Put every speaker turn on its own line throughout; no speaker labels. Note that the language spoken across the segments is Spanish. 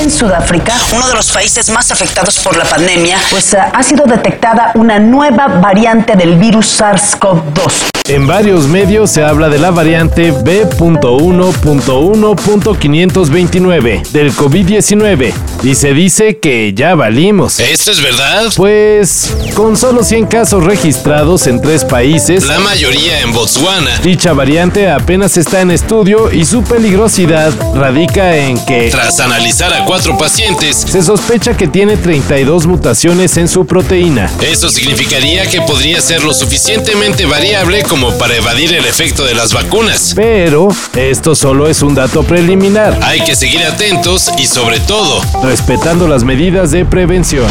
En Sudáfrica,
uno de los países más afectados por la pandemia,
pues ah, ha sido detectada una nueva variante del virus SARS-CoV-2.
En varios medios se habla de la variante B.1.1.529 del COVID-19 y se dice que ya valimos.
¿Esto es verdad?
Pues con solo 100 casos registrados en tres países,
La mayoría en Botswana.
dicha variante apenas está en estudio y su peligrosidad radica en que
Tras analizar a cuatro pacientes,
se sospecha que tiene 32 mutaciones en su proteína.
eso significaría que podría ser lo suficientemente variable como para evadir el efecto de las vacunas.
Pero esto solo es un dato preliminar,
Hay que seguir atentos y sobre todo,
respetando las medidas de prevención.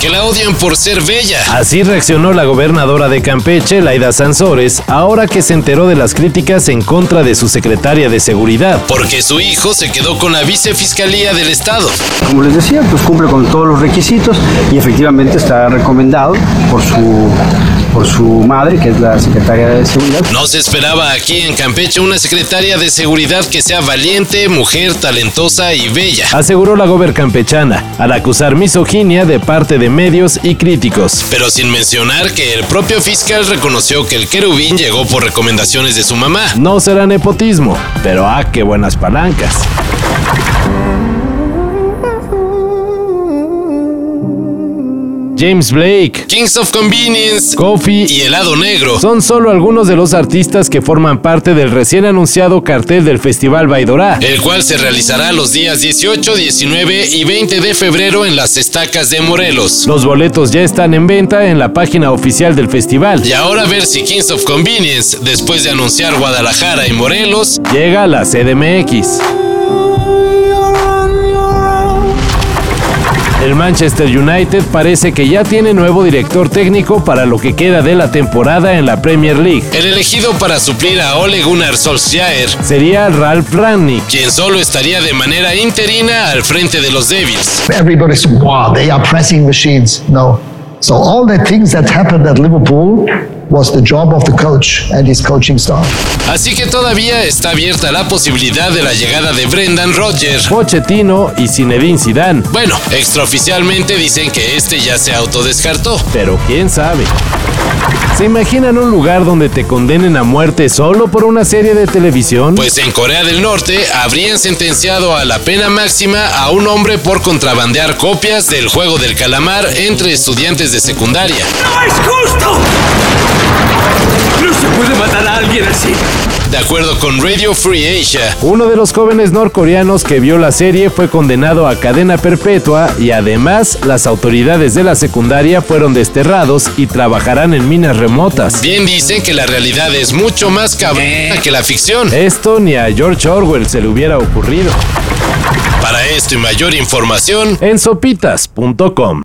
que la odian por ser bella.
Así reaccionó la gobernadora de Campeche, Laida Sansores, ahora que se enteró de las críticas en contra de su secretaria de Seguridad.
Porque su hijo se quedó con la vicefiscalía del estado.
Como les decía, pues cumple con todos los requisitos y efectivamente está recomendado por su, por su madre, que es la secretaria de Seguridad.
No se esperaba aquí en Campeche una secretaria de seguridad que sea valiente, mujer, talentosa y bella.
Aseguró la gober campechana, al acusar misoginia de parte de medios y críticos.
Pero sin mencionar que el propio fiscal reconoció que el querubín llegó por recomendaciones de su mamá.
No será nepotismo, pero ah, qué buenas palancas. James Blake,
Kings of Convenience
Coffee
y helado negro.
son solo algunos de los artistas que forman parte del recién anunciado cartel del Festival Baidorá.
el cual se realizará los días 18, 19 y 20 de febrero en las estacas de Morelos.
Los boletos ya están en venta en la página oficial del festival.
Y ahora a ver si Kings of Convenience, después de anunciar Guadalajara y Morelos,
Llega a la CDMX. El Manchester United parece que ya tiene nuevo director técnico para lo que queda de la temporada en la Premier League.
el elegido para suplir a Ole Gunnar Solskjaer,
Sería Ralph Rangnick.
quien solo estaría de manera interina al frente de los Devils.
everybody said, wow, they are pressing machines. No. So all the things that happened at Liverpool was the job of the coach and his coaching staff.
Así que todavía está abierta la posibilidad de la llegada de Brendan Rodgers.
Pochettino y Zinedine Zidane.
Bueno, extraoficialmente dicen que este ya se autodescartó.
Pero quién sabe. ¿Se imaginan un lugar donde te condenen a muerte solo por una serie de televisión?
Pues en Corea del Norte habrían sentenciado a la pena máxima a un hombre por contrabandear copias del juego del calamar entre estudiantes de secundaria.
¡No es justo! No se puede matar a alguien así.
De acuerdo con Radio Free Asia,
Uno de los jóvenes norcoreanos que vio la serie fue condenado a cadena perpetua y además las autoridades de la secundaria fueron desterrados y trabajarán en minas remotas.
bien dicen que la realidad es mucho más cabrona que la ficción.
Esto ni a George Orwell se le hubiera ocurrido.
Para esto y mayor información,
En sopitas.com.